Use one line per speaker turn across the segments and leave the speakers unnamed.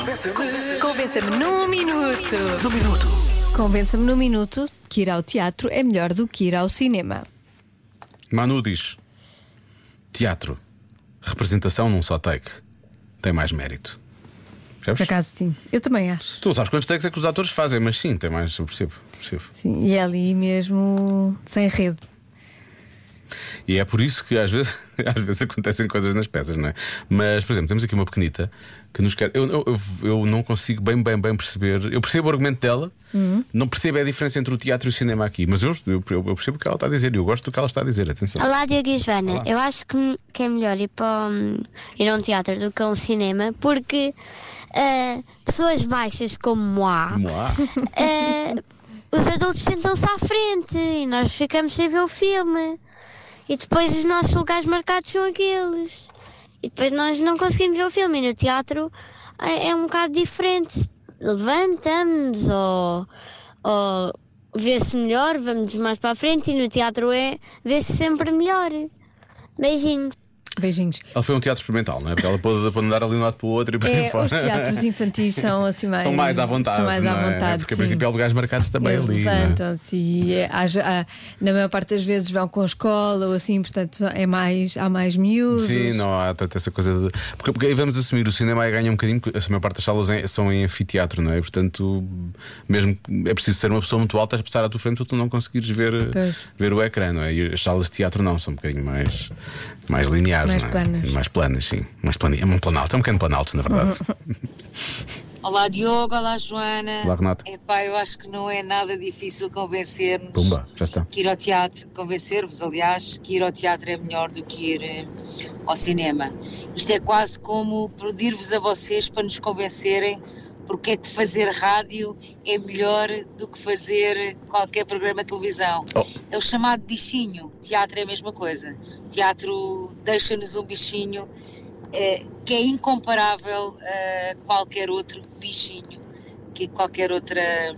Convença-me.
Convença-me num minuto.
No minuto.
Convença-me num minuto que ir ao teatro é melhor do que ir ao cinema.
Manu diz: Teatro, representação num só take, tem mais mérito.
Por
Percebes?
acaso, sim. Eu também acho.
Tu sabes quantos takes é que os atores fazem, mas sim, tem mais, eu percebo, percebo.
Sim, e é ali mesmo sem rede.
E é por isso que às vezes, às vezes acontecem coisas nas peças, não é? Mas, por exemplo, temos aqui uma pequenita que nos quer. Eu, eu, eu- eu não consigo bem, bem, bem perceber. Eu percebo o argumento dela,
Uhum.
não percebo a diferença entre o teatro e o cinema aqui. Mas eu, eu, eu percebo o que ela está a dizer e eu gosto do que ela está a dizer. Atenção.
Olá, Diogo e Joana. Eu acho que, que é melhor ir, para, um- ir a um teatro do que a um cinema, porque ah, pessoas baixas como há,
Vamos lá.
ah, os adultos sentam-se à frente e nós ficamos sem ver o filme. E depois os nossos lugares marcados são aqueles. E depois nós não conseguimos ver o filme. E no teatro é, é um bocado diferente. Levantamos-nos ou, ou vê-se melhor, vamos mais para a frente. E no teatro é vê-se sempre melhor. Beijinho.
Beijinhos.
Ela foi um teatro experimental, não é? Porque ela pôde pôde andar ali de um lado para o outro e para aí
É,
fora.
os teatros infantis são assim mais.
São mais à vontade.
São mais à
não é?
vontade.
Porque a
sim.
princípio há lugares marcados também
Eles
ali. não é?
levantam-se e é, há já- há- na maior parte das vezes vão com a escola ou assim, portanto é mais, há mais miúdos.
Sim, não há tanta essa coisa de. Porque, porque aí vamos assumir, o cinema ganha um bocadinho, porque a maior parte das salas é- são em anfiteatro, não é? Portanto, mesmo que é preciso ser uma pessoa muito alta, passar à tua frente para tu não conseguires ver,
Pois.
ver o ecrã, não é? E as salas de teatro não, são um bocadinho mais, mais lineares,
Mais
não é?
planas.
Mais planas, sim. Mais planas. É um planalto, é um pequeno planalto, na verdade.
Olá Diogo, olá Joana.
Olá, Renato.
Epá, eu acho que não é nada difícil convencer-nos
Pumba, já está.
que ir ao teatro, convencer-vos, aliás, que ir ao teatro é melhor do que ir eh, ao cinema. Isto é quase como pedir-vos a vocês para nos convencerem porque é que fazer rádio é melhor do que fazer qualquer programa de televisão.
Oh.
É o chamado bichinho. Teatro é a mesma coisa. Teatro deixa-nos um bichinho eh, que é incomparável a qualquer outro bichinho, que qualquer outra eh,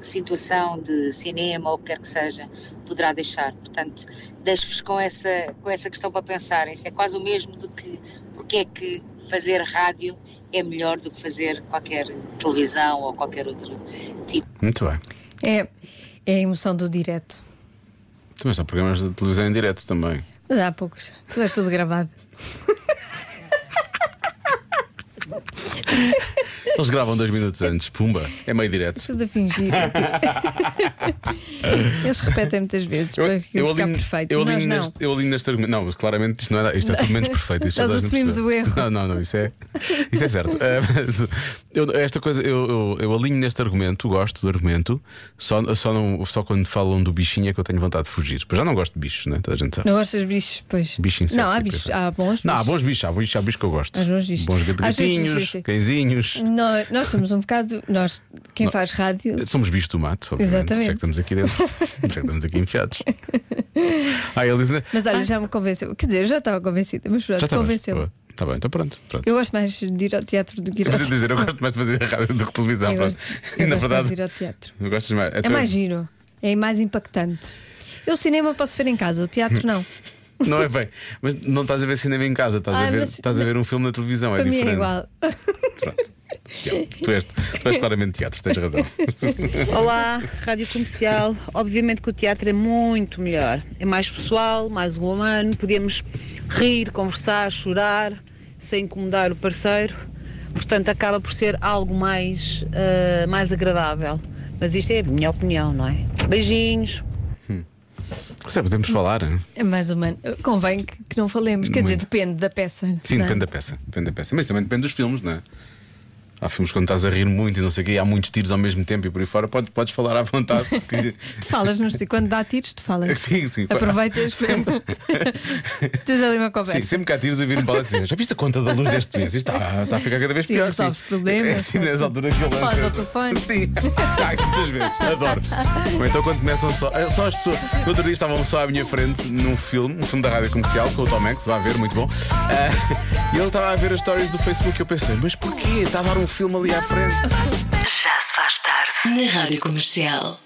situação de cinema ou o que quer que seja poderá deixar. Portanto, deixo-vos com essa, com essa questão para pensar. Isso é quase o mesmo do que porque é que fazer rádio é melhor do que fazer qualquer televisão ou qualquer outro tipo.
Muito bem.
É, é a emoção do direto.
Também são programas de televisão em direto também.
Mas há poucos, tudo é tudo gravado.
Eles gravam dois minutos antes, pumba, é meio direto.
Tudo a fingir. eles repetem muitas vezes para que ele ficar
alinho-
perfeito.
eu
Nós
alinho
não.
neste, eu alinho neste argumento. Não, mas claramente isto, não é, nada- isto é tudo menos perfeito. Isto
Nós
toda a gente
assumimos
percebe.
o erro.
Não, não, não, isso é, isso é certo. Eh, mas eu- esta coisa, eu, eu, eu alinho neste argumento, gosto do argumento, só, só, não, só quando falam do bichinho é que eu tenho vontade de fugir. Porque já não gosto de bichos, né? toda a gente sabe.
Não gostas de bichos? Pois.
Bicho inseto,
Não, há
sim,
bichos.
pois é.
Há bons bichos.
Não, há bons bichos, há bichos, há bichos que eu gosto.
Há bons bichos. Às vezes, sim,
gatinhos,
sim.
cãezinhos.
Nós, nós somos um bocado. Nós, quem faz rádio.
Somos bichos do mato, obviamente. Por isso é que estamos aqui dentro. Por isso é que estamos aqui enfiados. Ah, ele
Mas olha, já me convenceu. Quer dizer, eu já estava convencida, mas pronto,
estavas.
convenceu.
Boa. Tá bem, então pronto. pronto.
Eu gosto mais de ir ao teatro do que ir
Eu
ao
preciso dizer, eu gosto mais de fazer a rádio do que televisão.
Eu
pronto.
gosto- eu
na
gosto mais
verdade,
de ir ao teatro.
eu gosto mais.
É
Então,
mais giro, é mais impactante. Eu o cinema posso ver em casa, o teatro não.
Não é bem, mas não estás a ver cinema em casa, estás,
Ah,
a, ver,
mas-
estás a ver um filme na televisão, é
Para mim
diferente.
é igual.
Pronto. Tiago, Tu és, tu és claramente teatro, tens razão.
Olá, Rádio Comercial. Obviamente que o teatro é muito melhor. É mais pessoal, mais humano, podemos rir, conversar, chorar, sem incomodar o parceiro. Portanto, acaba por ser algo mais, ah, mais agradável. Mas isto é a minha opinião, não é? Beijinhos.
Sabe, podemos falar? hein?
É mais humano. Convém que, que não falemos, quer dizer, depende da peça.
Sim,
não é?
depende da peça. Depende da peça. Mas também depende dos filmes, não é? Há filmes quando estás a rir muito e não sei o quê, e há muitos tiros ao mesmo tempo e por aí fora, podes, podes falar à vontade. Porque...
Tu falas, não sei, quando dá tiros, tu falas.
Sim, sim.
Aproveitas. Tens ali uma conversa.
Sim, sempre que há tiros a vir bola dizer, já viste a conta da luz deste mês? Isto está, está a ficar cada vez
Sim,
pior.
resolves
sim.
problemas,
É assim
não é?
nessa altura que eu lanço.
Falas ao
essa.
telefone.
Sim. Ah, Ai, muitas vezes. Adoro. Ou então quando começam só. eh, Só as pessoas. No outro dia estavam só à minha frente num filme, um filme da rádio comercial, com o Tom Hanks, vai ver, muito bom. Ah, e ele estava a ver as stories do Facebook e eu pensei, mas porquê? Está a dar um filme ali à frente.
Já se faz tarde.
Na Rádio Comercial.